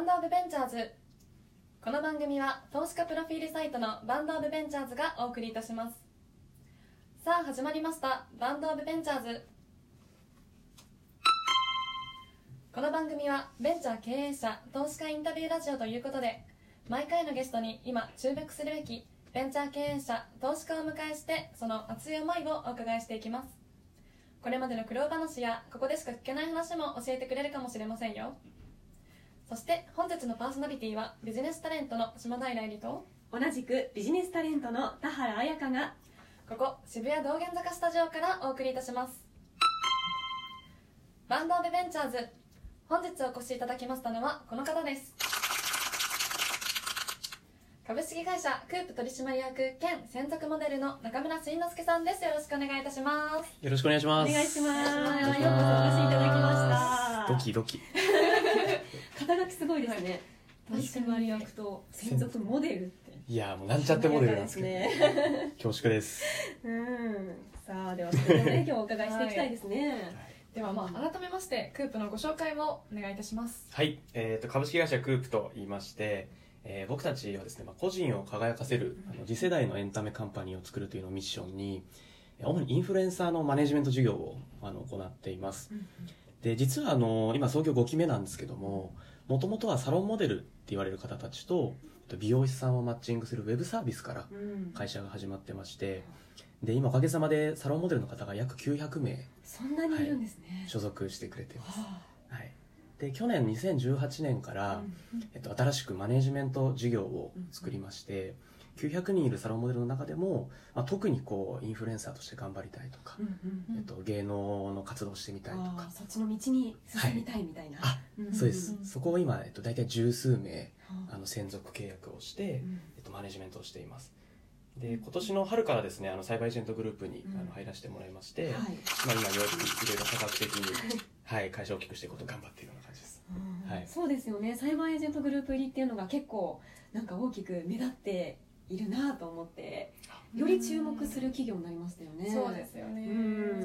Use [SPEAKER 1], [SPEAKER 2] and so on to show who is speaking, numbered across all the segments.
[SPEAKER 1] ンド・オブ・ベンチャーズこの番組は投資家プロフィールサイトのバンド・オブ・ベンチャーズがお送りいたしますさあ始まりましたバンド・オブ・ベンチャーズこの番組はベンチャー経営者投資家インタビューラジオということで毎回のゲストに今注目するべきベンチャー経営者投資家をお迎えしてその熱い思いをお伺いしていきますこれまでの苦労話やここでしか聞けない話も教えてくれるかもしれませんよそして本日のパーソナリティはビジネスタレントの島平絵里と
[SPEAKER 2] 同じくビジネスタレントの田原彩香が
[SPEAKER 1] ここ渋谷道玄坂スタジオからお送りいたしますバンド・オブ・ベンチャーズ本日お越しいただきましたのはこの方です株式会社クープ取締役兼専属モデルの中村慎之介さんですよろしくお願いいたします
[SPEAKER 3] よろしくお願いしま
[SPEAKER 2] お
[SPEAKER 3] す。
[SPEAKER 2] 願いします
[SPEAKER 1] お
[SPEAKER 2] ようこ
[SPEAKER 1] 願い
[SPEAKER 2] そお越し
[SPEAKER 1] し
[SPEAKER 2] い
[SPEAKER 1] ます
[SPEAKER 2] ただきま
[SPEAKER 3] ド
[SPEAKER 2] し
[SPEAKER 3] キドキ。
[SPEAKER 2] た肩書きすごいですね取締役と専属モデルって
[SPEAKER 3] いやもうなんちゃってモデルなんですけど、
[SPEAKER 2] ね
[SPEAKER 3] 恐縮です。
[SPEAKER 2] うんさあではそれをね今日お伺いしていきたいですね、
[SPEAKER 1] ではまあ改めましてクープのご紹介をお願いいたします
[SPEAKER 3] はい、えっ、と株式会社クープと言いまして、えー僕たちはですね、まあ個人を輝かせるあの次世代のエンタメカンパニーを作るというのをミッションに、えー主にインフルエンサーのマネジメント事業をあの行っています。で実はあの今創業5期目なんですけどももともとはサロンモデルって言われる方たちとえっと美容師さんをマッチングするウェブサービスから
[SPEAKER 2] うん
[SPEAKER 3] 会社が始まってましてで今おかげさまでサロンモデルの方が約900名
[SPEAKER 2] そんなにいるんですね、
[SPEAKER 3] 所属してくれてます、
[SPEAKER 2] は
[SPEAKER 3] はい、で去年2018年か
[SPEAKER 2] あ
[SPEAKER 3] ら、
[SPEAKER 2] うん
[SPEAKER 3] えっと、新しくマネジメント事業を作りまして、900人いるサロンモデルの中でも、まあ、特にこうインフルエンサーとして頑張りたいとか、
[SPEAKER 2] うんうん
[SPEAKER 1] うん
[SPEAKER 3] えっと、芸能の活動をしてみたいと
[SPEAKER 2] あ
[SPEAKER 3] か
[SPEAKER 2] あ、そっちの道に進みたいみたいな、
[SPEAKER 3] あ
[SPEAKER 2] んん
[SPEAKER 3] そうです、
[SPEAKER 1] うん
[SPEAKER 3] そこを今、えっと、大体十数名
[SPEAKER 2] はあ
[SPEAKER 3] あの専属契約をして
[SPEAKER 2] う、ん
[SPEAKER 3] えっと、マネジメントをしていますで今年の春からですねあのサイバーエージェントグループにあ
[SPEAKER 2] うん
[SPEAKER 3] の入らせてもらいまして、
[SPEAKER 2] はい
[SPEAKER 3] まあ、今よりいろいろ多角的に、はい、会社を大きくしていこうと頑張っているような感じです
[SPEAKER 2] うん
[SPEAKER 3] はい
[SPEAKER 2] そうですよねサイバーエージェントグループ入りっていうのが結構なんか大きく目立っているなと思ってより注目する企業になりましたよね
[SPEAKER 1] そうですよね
[SPEAKER 2] う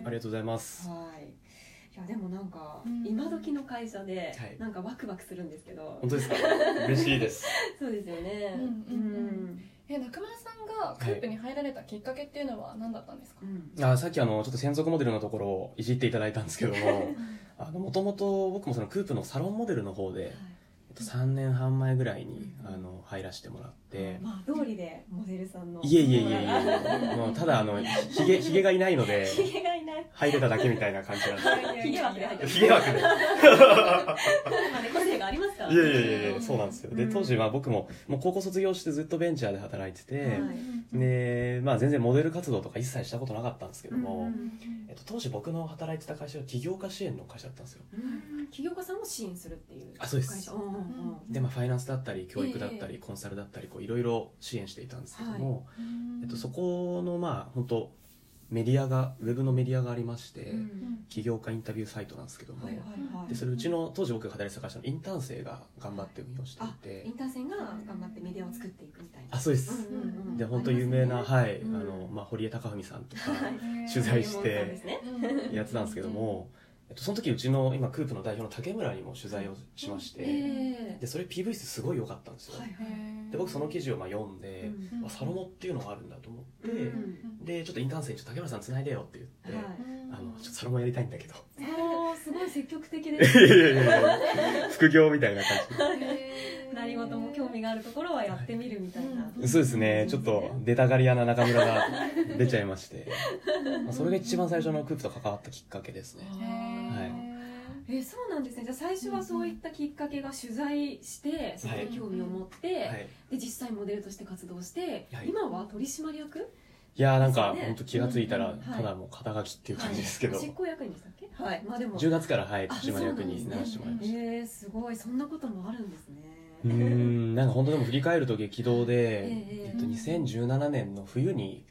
[SPEAKER 2] ん
[SPEAKER 3] ありがとうございます
[SPEAKER 2] はいいやでもなんか
[SPEAKER 1] うん
[SPEAKER 2] 今時の会社で
[SPEAKER 3] はい
[SPEAKER 2] なんかワクワクするんですけど、
[SPEAKER 3] 本当ですか嬉しいです
[SPEAKER 2] そうですよね
[SPEAKER 1] うんうんうん
[SPEAKER 2] うん
[SPEAKER 1] え中村さんがクープに入られたきっかけっていうのは何だったんですか、
[SPEAKER 2] うん
[SPEAKER 3] あさっきあのちょっと専属モデルのところをいじっていただいたんですけどもあのもともと僕もそのクープのサロンモデルの方
[SPEAKER 2] は
[SPEAKER 3] で
[SPEAKER 2] い、
[SPEAKER 3] えっと、3年半前ぐらいに
[SPEAKER 2] うん
[SPEAKER 3] あの入らせてもらって
[SPEAKER 2] まあ道理でモデルさんの
[SPEAKER 3] いえいえいえいえい
[SPEAKER 2] は
[SPEAKER 3] えもうただあのひひげひげがいないので
[SPEAKER 2] ひげがいない
[SPEAKER 3] 入れただけみたいな感じなんです
[SPEAKER 2] ひげ枠で入ってます
[SPEAKER 3] ひげ枠で
[SPEAKER 2] まあね個性がありますから
[SPEAKER 3] い
[SPEAKER 2] ね
[SPEAKER 3] やいやいやいやそうなんですよ、
[SPEAKER 2] う
[SPEAKER 3] で
[SPEAKER 2] ん
[SPEAKER 3] 当時は僕ももう高校卒業してずっとベンチャーで働いてて、
[SPEAKER 2] はい
[SPEAKER 3] でまあ、全然モデル活動とか一切したことなかったんですけども、
[SPEAKER 2] うん
[SPEAKER 3] えっと、当時僕の働いてた会社は起業家支援の会社だったんですよ
[SPEAKER 2] うん起業家さんを支援するっていう
[SPEAKER 3] あそうです
[SPEAKER 2] 会社んうんうん
[SPEAKER 3] で、まあ、ファイナンスだったり教育だった
[SPEAKER 2] え
[SPEAKER 3] り、コンサルだったりこういろいろ支援していたんですけども、えっと、そ
[SPEAKER 1] こ
[SPEAKER 3] このまあ本当メディアがウェブのメディアがありまして、
[SPEAKER 2] うん
[SPEAKER 3] 起業家インタビューサイトなんですけども、
[SPEAKER 2] はいはいはい
[SPEAKER 3] でそれうちの当時僕が働いてた会社のインターン生が頑張って運用してい
[SPEAKER 2] あ
[SPEAKER 3] て、
[SPEAKER 2] インターンが頑張ってメディアを作っていくみたいな
[SPEAKER 3] あそうです、
[SPEAKER 2] うんうんうん
[SPEAKER 3] で本当有名な、
[SPEAKER 2] あ
[SPEAKER 3] はい、
[SPEAKER 2] うん
[SPEAKER 3] あのまあ、堀江貴文さんとか
[SPEAKER 2] はい
[SPEAKER 3] 取
[SPEAKER 2] りま
[SPEAKER 3] 材
[SPEAKER 2] す
[SPEAKER 3] し
[SPEAKER 2] ね
[SPEAKER 3] てやってたんですけども、えっと、その時うちの今クープの代表の竹村にも取材をしまして、
[SPEAKER 2] レモンさんですねえ
[SPEAKER 3] でそれ PV 数すごい良かったんですよ、
[SPEAKER 2] はい
[SPEAKER 3] で僕その記
[SPEAKER 1] 事
[SPEAKER 3] 事をまあ読んで、
[SPEAKER 2] うん
[SPEAKER 3] あサロモっていうのがあるんだと思って、
[SPEAKER 2] うん
[SPEAKER 3] でちょっとインターン生にちょっと竹村さんつないでよって言って、
[SPEAKER 2] はい
[SPEAKER 3] あのちょっとサロモやりたいん だけど
[SPEAKER 2] おーすごい積極的です
[SPEAKER 3] いやいやいやいや副業みたいな感
[SPEAKER 2] 何事も興味があるところはやってみるみたいな
[SPEAKER 1] うん
[SPEAKER 3] そうですねちょっと出たがり屋な中村が出ちゃいま して、まあ、それが一番最初のクープと関わったきっかけですねはい
[SPEAKER 2] えそうなんですねじゃあ最初はそういったきっかけが取材してそこで興味を持って、
[SPEAKER 3] はい
[SPEAKER 2] で実際モデルとして活動して、
[SPEAKER 3] はい
[SPEAKER 2] 今は取締役
[SPEAKER 3] いやーなん
[SPEAKER 2] そう
[SPEAKER 3] か
[SPEAKER 2] ですね
[SPEAKER 3] 本当気がついた
[SPEAKER 1] う
[SPEAKER 3] ら
[SPEAKER 2] んはい
[SPEAKER 3] ただもう肩書きっていう感じですけど、
[SPEAKER 2] 執行役員でしたっけはいまあでも
[SPEAKER 3] 10月からはい
[SPEAKER 2] あ
[SPEAKER 3] 島役にならせて
[SPEAKER 1] そう
[SPEAKER 3] も
[SPEAKER 1] な
[SPEAKER 3] らい
[SPEAKER 1] ん
[SPEAKER 3] ま
[SPEAKER 1] で
[SPEAKER 3] し
[SPEAKER 1] ね
[SPEAKER 3] た
[SPEAKER 2] えー、すごいそんなこともあるんですね
[SPEAKER 3] うーんなんか本当でも振り返ると激動で、
[SPEAKER 2] ええ
[SPEAKER 3] えっと、2017年の冬に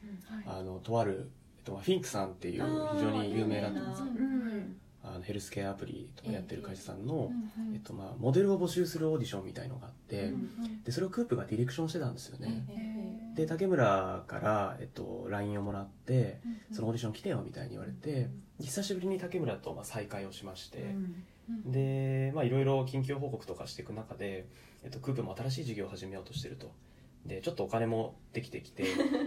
[SPEAKER 1] は
[SPEAKER 3] あのとある、えっと、まあフィンクさんっていう非常に有名な
[SPEAKER 1] です
[SPEAKER 2] あー
[SPEAKER 3] あのヘルスケアアプリとかやってる会社さん
[SPEAKER 1] い
[SPEAKER 3] の、えっとまあ、モデルを募集するオーディションみたいのがあって、
[SPEAKER 2] うん
[SPEAKER 3] でそれをクープがディレクションしてたんですよね、
[SPEAKER 2] ええ
[SPEAKER 3] で竹村から、えっと、LINE をもらって
[SPEAKER 2] うん
[SPEAKER 3] 「そのオーディション来てよ」みたいに言われて久しぶりに竹村とまあ再会をしまして、
[SPEAKER 2] うん
[SPEAKER 3] でまあいろいろ近況報告とかしていく中で、えっと、クープも新しい事業を始めようとしてるとでちょっとお金もできてき て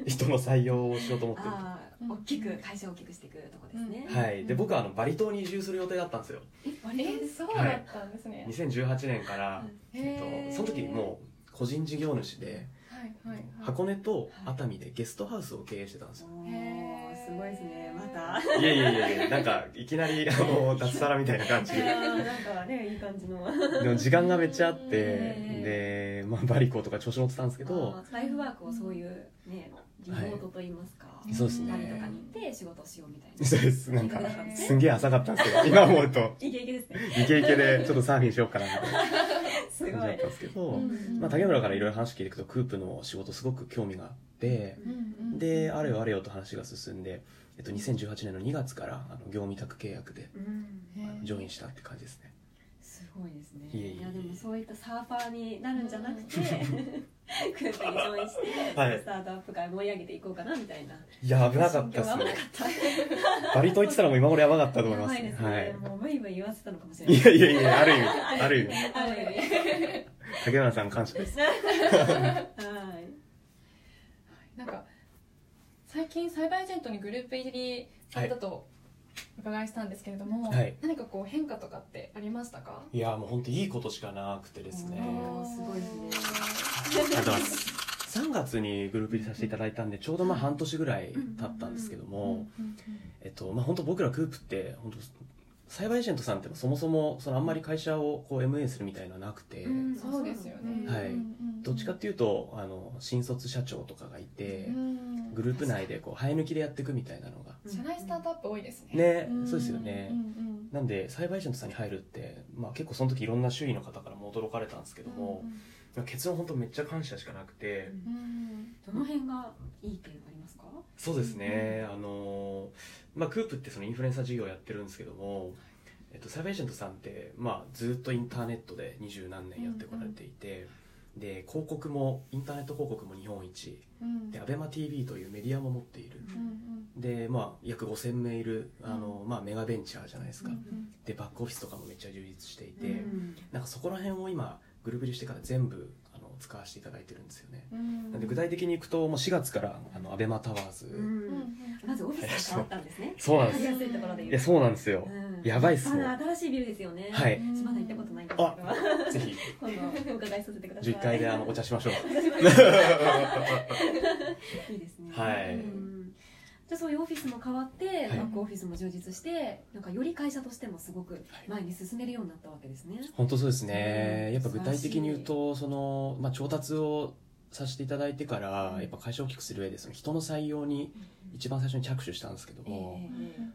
[SPEAKER 3] 人の採用をしようと思ってると
[SPEAKER 2] ああ大きく会社を大きくしていくとこですね、
[SPEAKER 1] うん
[SPEAKER 3] はい、で僕はあのバリ島に移住する予定だったんですよ
[SPEAKER 1] えそうだったんですね、
[SPEAKER 3] 2018年から、え
[SPEAKER 1] へ
[SPEAKER 3] っ
[SPEAKER 1] ー
[SPEAKER 3] と、その時もう個人事業主で
[SPEAKER 1] はいはいはい
[SPEAKER 3] 箱根と熱海でゲストハウスを経営してたんですよ、
[SPEAKER 2] おー
[SPEAKER 1] へー
[SPEAKER 2] すごいですねまた
[SPEAKER 3] いやいやいやいやなんかいき なりあの脱サラみたいな感じ
[SPEAKER 2] い
[SPEAKER 3] で
[SPEAKER 2] やーなんかねいい感じの
[SPEAKER 3] でも時間がめっちゃあって
[SPEAKER 2] へ
[SPEAKER 3] で、まあ、バリ行こうとか調子乗ってたんですけ
[SPEAKER 2] あ
[SPEAKER 3] ど
[SPEAKER 2] ーライフワークをそういうねリモートといいますか、
[SPEAKER 1] ー
[SPEAKER 3] そうです
[SPEAKER 2] 何とかに
[SPEAKER 3] ね
[SPEAKER 2] 行って仕事をしようみたいな
[SPEAKER 3] そうですな んか
[SPEAKER 2] 計画だったんです
[SPEAKER 3] す
[SPEAKER 2] ね
[SPEAKER 3] んげえ浅かったんですけど今思うと
[SPEAKER 2] イケイケですね
[SPEAKER 3] イケイケでちょっとサーフィンしようかなみたいな感
[SPEAKER 2] すご
[SPEAKER 3] じ
[SPEAKER 2] い
[SPEAKER 3] だったんですけど、
[SPEAKER 1] うん
[SPEAKER 3] まあ、竹村からいろいろ話聞いていくとクープの仕事すごく興味があって
[SPEAKER 1] うんうん
[SPEAKER 3] であれよあれよと話が進んで、えっと、2018年の2月からあの業務委託契約で
[SPEAKER 2] うん
[SPEAKER 1] へー
[SPEAKER 3] ジョインしたって感じですね
[SPEAKER 2] すごいですね
[SPEAKER 3] いえいえいえ
[SPEAKER 2] やでもそういったサーファーになるんじゃなく てクープにジョインして、
[SPEAKER 3] はい
[SPEAKER 2] スタートアップ界盛り上げていこうかなみたいない
[SPEAKER 3] や危なかったっす
[SPEAKER 2] 心境が危な
[SPEAKER 3] ね
[SPEAKER 2] かった
[SPEAKER 3] バリ島行ってたらもう今頃やばかったと思い
[SPEAKER 2] や
[SPEAKER 3] ます
[SPEAKER 2] ばいですね、
[SPEAKER 3] はい
[SPEAKER 2] もうブイブイ言わせたのかもしれない
[SPEAKER 3] いやいやいやある意味ある意味
[SPEAKER 2] ある意味
[SPEAKER 3] 竹村さん感謝です
[SPEAKER 2] はい
[SPEAKER 1] なんか最近サイバーエージェントにグループ入りされたとお伺いしたんですけれども、
[SPEAKER 3] はい
[SPEAKER 1] 何かこう変化とかってありましたか
[SPEAKER 3] いやもう本当いいことしかなくてですね
[SPEAKER 2] おーすごいですね
[SPEAKER 3] ありがとうございます3月にグループ入りさせていただいたんでちょうどまあ半年ぐらい経ったんですけども、えっとまあ、本当僕らクープって本当サイバーエージェントさんってそもそもそのあんまり会社をこう MA するみたいなのはなくて、
[SPEAKER 1] うんそうですよね、
[SPEAKER 3] はい
[SPEAKER 1] うんうん
[SPEAKER 3] どっちかっていうとあの新卒社長とかがいて、
[SPEAKER 1] うん
[SPEAKER 3] グループ内でこう生え抜きでやっていくみたいなのが
[SPEAKER 1] 社内スタートアップ多いですね
[SPEAKER 3] ね、
[SPEAKER 1] ん
[SPEAKER 3] そうですよね、
[SPEAKER 1] うんうん
[SPEAKER 3] なんでサイバーエージェントさんに入るって、まあ、結構その時いろんな周囲の方からも驚かれたんですけども、結論本当めっちゃ感謝しかなくて、
[SPEAKER 1] うんうん
[SPEAKER 2] どの辺がいい点ありますか
[SPEAKER 3] そうですね、あのーまあ、クープってそのインフルエンサー事業をやってるんですけども、えっと、サイバーエージェントさんって、まあ、ずっとインターネットで二十何年やってこられていて、で広告もインターネット広告も日本一
[SPEAKER 1] うん
[SPEAKER 3] で ABEMATV というメディアも持っている
[SPEAKER 1] うんうん
[SPEAKER 3] で、まあ、約5000名いるあの、まあ、メガベンチャーじゃないですか、
[SPEAKER 1] うんうん
[SPEAKER 3] でバックオフィスとかもめっちゃ充実していて、
[SPEAKER 2] うん
[SPEAKER 3] なんかそこら辺を今グループ入りしてから全部あの使わせていただいてるんですよね、
[SPEAKER 1] うん
[SPEAKER 3] なんで具体的にいくともう4月からあのアベマタワーズ、
[SPEAKER 1] うんうん
[SPEAKER 2] まずオフィスが変わったんですね
[SPEAKER 3] そうなんです
[SPEAKER 2] 入りやすいところで
[SPEAKER 3] い
[SPEAKER 2] 言
[SPEAKER 3] や
[SPEAKER 2] う
[SPEAKER 3] そうなんですよ、
[SPEAKER 2] うん
[SPEAKER 3] やばいっす
[SPEAKER 2] ま
[SPEAKER 3] ね
[SPEAKER 2] だ新しいビルですよね
[SPEAKER 3] はい
[SPEAKER 2] 私まだ行ったことないんですけど
[SPEAKER 3] あ ぜひ
[SPEAKER 2] 今度お伺いさせてください
[SPEAKER 3] 11階 であのお茶しましょう
[SPEAKER 2] いいですね
[SPEAKER 3] はい
[SPEAKER 2] うんじゃあそういうオフィスも変わって、
[SPEAKER 3] い
[SPEAKER 2] バックオフィスも充実してなんかより会社としてもすごく前に進めるようになったわけですね、
[SPEAKER 3] 本当そうですね
[SPEAKER 2] うん
[SPEAKER 3] やっぱ具体的に言うとその、まあ、調達をさせていただいてから、
[SPEAKER 2] うん
[SPEAKER 3] やっぱ会社を大きくする上でその人の採用に一番最初に着手したんですけども、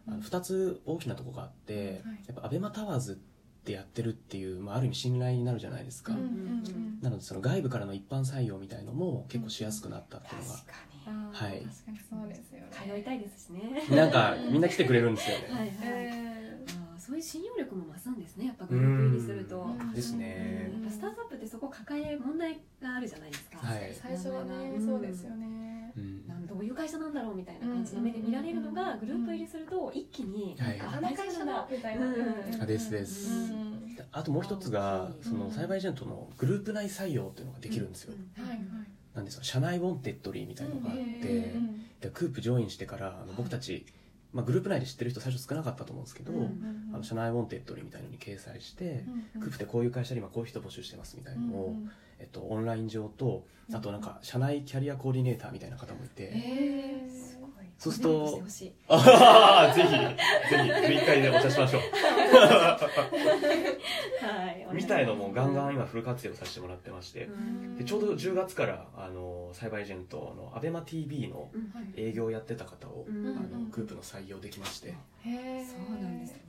[SPEAKER 3] あの2つ大きなとこがあって、
[SPEAKER 1] はい
[SPEAKER 3] やっぱアベマタワーズってやってるっていう、まあ、ある意味信頼になるじゃないですか、
[SPEAKER 1] うんうんうん
[SPEAKER 3] なのでその外部からの一般採用みたいのも結構しやすくなったっていうのが、
[SPEAKER 2] か
[SPEAKER 1] あー
[SPEAKER 3] はい
[SPEAKER 1] 確かにそうですよね
[SPEAKER 2] 通いたいですしね
[SPEAKER 3] なんかみんな来てくれるんですよね、
[SPEAKER 2] はいはい、
[SPEAKER 1] え
[SPEAKER 2] あーそういう信用力も増すんですねやっぱグループ入りすると、
[SPEAKER 1] うん
[SPEAKER 2] や
[SPEAKER 3] ですね
[SPEAKER 1] うん
[SPEAKER 2] っぱスタートアップってそこ抱え問題があるじゃないですか、
[SPEAKER 3] はい
[SPEAKER 1] ー最初はね
[SPEAKER 2] うん
[SPEAKER 1] そうですよね
[SPEAKER 3] うん
[SPEAKER 2] なんどういう会社なんだろうみたいな感じの目で見られるのが
[SPEAKER 1] うん
[SPEAKER 2] グループ入りすると一気に、
[SPEAKER 3] はい
[SPEAKER 2] あ
[SPEAKER 1] あんな会社だみたいな
[SPEAKER 2] うん
[SPEAKER 3] あですです
[SPEAKER 1] うん
[SPEAKER 3] あともう一つが
[SPEAKER 2] うん
[SPEAKER 3] その栽培エージェントのグループ内採用っていうのができるんですよ、
[SPEAKER 1] はいはい
[SPEAKER 3] なんでその社内ウォンテッドリーみたいなのがあって、
[SPEAKER 1] うんうん
[SPEAKER 3] でクープジョインしてからあの僕たち、まあ、グループ内で知ってる人最初少なかったと思うんですけど、
[SPEAKER 2] うん
[SPEAKER 3] あの社内ウォンテッドリーみたいのに掲載して、クープ
[SPEAKER 1] プ
[SPEAKER 3] ってこういう会社で今こういう人募集してますみたいなのを、えっと、オンライン上とあとなんか社内キャリアコーディネーターみたいな方もいて、
[SPEAKER 1] え
[SPEAKER 2] すごい
[SPEAKER 3] そうすると
[SPEAKER 2] コネクトしてほしい
[SPEAKER 3] ああぜひぜひ1回でお茶しましょう
[SPEAKER 2] はい
[SPEAKER 3] みたいのもガンガン今フル活用させてもらってまして
[SPEAKER 2] うん
[SPEAKER 3] でちょうど10月からあの栽培エージェントの ABEMATV の
[SPEAKER 2] うん
[SPEAKER 1] はい
[SPEAKER 3] 営業をやってた方を、
[SPEAKER 2] うん
[SPEAKER 3] あ
[SPEAKER 1] うんう
[SPEAKER 3] の
[SPEAKER 1] ん
[SPEAKER 3] グループの採用できましてめっ
[SPEAKER 1] へー
[SPEAKER 2] そうなんですね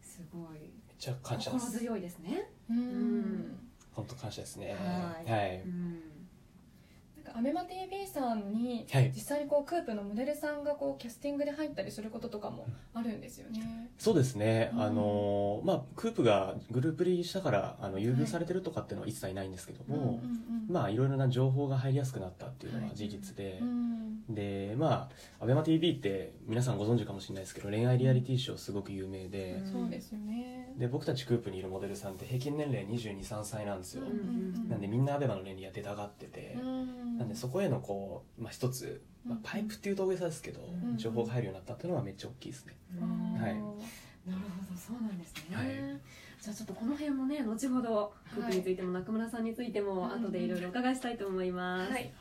[SPEAKER 2] すごい
[SPEAKER 3] ちゃ感謝で
[SPEAKER 2] 心
[SPEAKER 3] す
[SPEAKER 2] 強いですね、
[SPEAKER 1] うん
[SPEAKER 2] ん
[SPEAKER 3] 本当感謝ですね
[SPEAKER 2] はい
[SPEAKER 3] はい
[SPEAKER 2] うん
[SPEAKER 1] なんかアベマ t v さんに
[SPEAKER 3] はい
[SPEAKER 1] 実際にこうクープのモデルさんがこうキャスティングで入ったりすることとかもあるんですよね。
[SPEAKER 3] そうですね、
[SPEAKER 1] うん
[SPEAKER 3] あのまあ、クープがグループリーしたからあの優遇されてるとかっていうのは一切ないんですけども、
[SPEAKER 1] うんうん
[SPEAKER 3] まあ、いろいろな情報が入りやすくなったっていうの
[SPEAKER 1] は
[SPEAKER 3] はい事実で、
[SPEAKER 1] うん
[SPEAKER 3] でまあ ABEMATV って皆さんご存知かもしれないですけど恋愛リアリティショーすごく有名で,、
[SPEAKER 2] ん
[SPEAKER 1] そうですよね。
[SPEAKER 3] で僕たちクープにいるモデルさんって平均年齢223歳なんですよ、
[SPEAKER 2] うん
[SPEAKER 3] なんでみんな ABEMA の年齢は出たがってて、
[SPEAKER 1] うん
[SPEAKER 3] なんでそこへのこう、まあ、一つ、まあ、パイプっていうと大げさですけど、
[SPEAKER 1] ん
[SPEAKER 3] 情報が入るようになったっていうのはめっちゃ大きいですね。
[SPEAKER 1] あー
[SPEAKER 3] は
[SPEAKER 2] な
[SPEAKER 3] い
[SPEAKER 2] るほどそうなんですね、
[SPEAKER 3] はい
[SPEAKER 2] じゃあちょっとこの辺もね後ほど
[SPEAKER 1] い
[SPEAKER 2] クープについても中村さんについても
[SPEAKER 1] うんうん
[SPEAKER 2] 後でいろいろお伺いしたいと思います、
[SPEAKER 1] はい